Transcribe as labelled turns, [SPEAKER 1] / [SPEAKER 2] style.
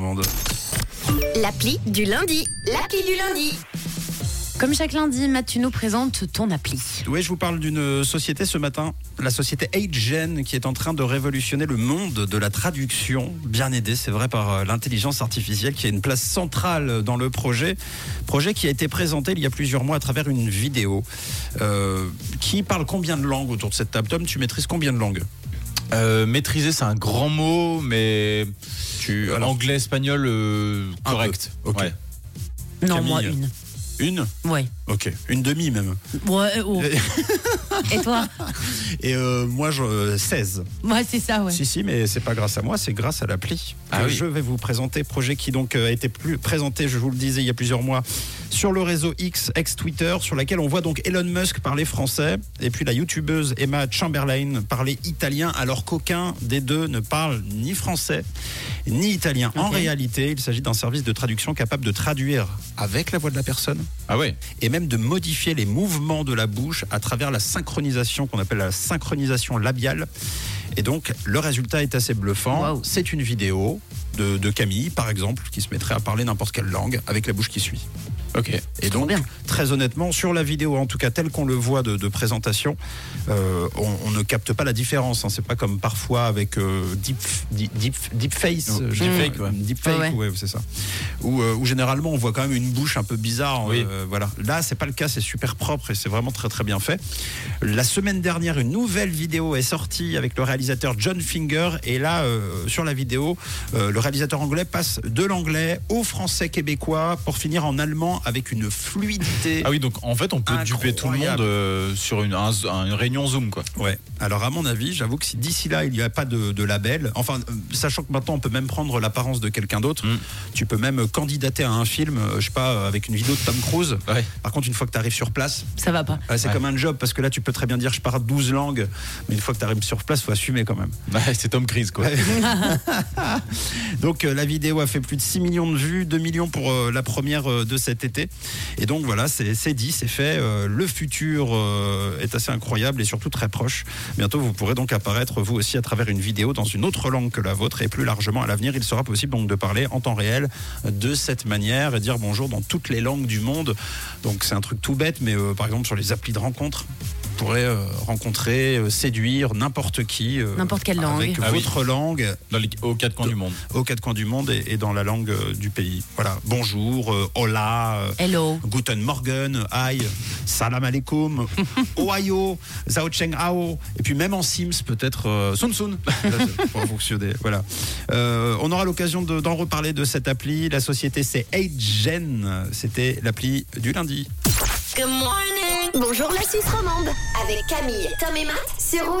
[SPEAKER 1] monde.
[SPEAKER 2] L'appli du lundi. L'appli du lundi.
[SPEAKER 3] Comme chaque lundi, Matt, tu nous présentes ton appli.
[SPEAKER 1] Ouais, je vous parle d'une euh, société ce matin, la société AgeGen, qui est en train de révolutionner le monde de la traduction, bien aidée, c'est vrai, par euh, l'intelligence artificielle, qui a une place centrale dans le projet. Projet qui a été présenté il y a plusieurs mois à travers une vidéo. Euh, qui parle combien de langues autour de cette table Tom, tu maîtrises combien de langues
[SPEAKER 4] Euh, maîtriser, c'est un grand mot, mais
[SPEAKER 1] Tu, alors,
[SPEAKER 4] anglais, espagnol, euh,
[SPEAKER 1] Un
[SPEAKER 4] correct.
[SPEAKER 1] peu, ok.
[SPEAKER 4] Ouais.
[SPEAKER 3] Non,
[SPEAKER 1] Camille.
[SPEAKER 3] moi, une.
[SPEAKER 1] Une
[SPEAKER 3] Ouais.
[SPEAKER 1] Ok, une demi même.
[SPEAKER 3] Ouais, oh. Et toi
[SPEAKER 1] Et euh, moi, je, euh, 16.
[SPEAKER 3] Moi, c'est ça, Ah ouais.
[SPEAKER 1] Si, si, mais c'est pas grâce à moi, c'est grâce à l'appli que
[SPEAKER 4] Ah oui.
[SPEAKER 1] je vais vous présenter. Projet qui donc euh, a été plus présenté, je vous le disais, il y a plusieurs mois, sur le réseau X, ex-Twitter, sur laquelle on voit donc Elon Musk parler français, et puis la youtubeuse Emma Chamberlain parler italien, alors qu'aucun des deux ne parle ni français ni italien. En
[SPEAKER 3] Ok.
[SPEAKER 1] réalité, il s'agit d'un service de traduction capable de traduire avec la voix de la personne
[SPEAKER 4] Ah ouais
[SPEAKER 1] et même de modifier les mouvements de la bouche à travers la synchronisation qu'on appelle la synchronisation labiale. Et donc le résultat est assez bluffant.
[SPEAKER 3] Waouh.
[SPEAKER 1] C'est une vidéo de, de Camille, par exemple, qui se mettrait à parler n'importe quelle langue avec la bouche qui suit.
[SPEAKER 4] Ok.
[SPEAKER 1] Et donc,
[SPEAKER 3] bien.
[SPEAKER 1] très honnêtement, sur la vidéo, en tout cas telle qu'on le voit de, de présentation, euh, on, on ne capte pas la différence. hein. C'est pas comme parfois avec euh, deep, deep, deep, face,
[SPEAKER 4] Oh, deepfake, ouais.
[SPEAKER 3] Ouais,
[SPEAKER 1] c'est ça. Où, euh, où généralement on voit quand même une bouche un peu bizarre.
[SPEAKER 4] Oui.
[SPEAKER 1] euh, voilà. Là, c'est pas le cas. C'est super propre et c'est vraiment très très bien fait. La semaine dernière, une nouvelle vidéo est sortie avec le réalisateur John Finger. Et là, euh, sur la vidéo, euh, le réalisateur anglais passe de l'anglais au français québécois pour finir en allemand avec une fluidité.
[SPEAKER 4] Ah oui, donc en fait, on peut duper tout le monde
[SPEAKER 1] Incroyable.
[SPEAKER 4] euh, sur une, un- un- une réunion Zoom, quoi.
[SPEAKER 1] Ouais. Alors à mon avis, j'avoue que si d'ici là il n'y a pas de, de label, enfin euh, sachant que maintenant on peut même prendre l'apparence de quelqu'un d'autre,
[SPEAKER 4] Mm.
[SPEAKER 1] tu peux même candidater à un film, euh, je sais pas, euh, avec une vidéo de Tom Cruise.
[SPEAKER 4] Ouais.
[SPEAKER 1] Par contre, une fois que tu arrives sur place,
[SPEAKER 3] Ça va pas.
[SPEAKER 1] euh, c'est
[SPEAKER 4] Ouais.
[SPEAKER 1] comme un job parce que là tu peux très bien dire je parle 12 langues, mais une fois que tu arrives sur place, faut assumer quand même.
[SPEAKER 4] Ouais, c'est Tom Cruise, quoi.
[SPEAKER 1] Donc euh, la vidéo a fait plus de 6 millions de vues, 2 millions pour euh, la première euh, de cet été. Et donc voilà, c'est c'est dit, c'est fait. Euh, le futur euh, est assez incroyable et surtout très proche. Bientôt, vous pourrez donc apparaître vous aussi à travers une vidéo dans une autre langue que la vôtre. Et plus largement, à l'avenir, il sera possible donc de parler en temps réel de cette manière et dire bonjour dans toutes les langues du monde. Donc c'est un truc tout bête, mais euh, par exemple sur les applis de rencontre. Vous pourrez euh, rencontrer, euh, séduire n'importe qui. euh,
[SPEAKER 3] N'importe quelle langue.
[SPEAKER 1] Avec
[SPEAKER 4] Ah oui.
[SPEAKER 1] votre langue
[SPEAKER 4] Dans les- aux quatre coins du monde.
[SPEAKER 1] aux quatre coins du monde et, et dans la langue euh, du pays. Voilà, bonjour, euh, hola, euh,
[SPEAKER 3] Hello.
[SPEAKER 1] guten morgen, hi, salam alaikum, ohio, zao cheng hao, et puis même en Sims peut-être, euh, sun sun, Là, ça pourra fonctionner. Voilà. Euh, on aura l'occasion de- d'en reparler de cette appli. La société c'est 8gen, c'était l'appli du lundi.
[SPEAKER 2] Good morning. Bonjour la Suisse romande. Avec Camille, Tom et Matt sur Rouge.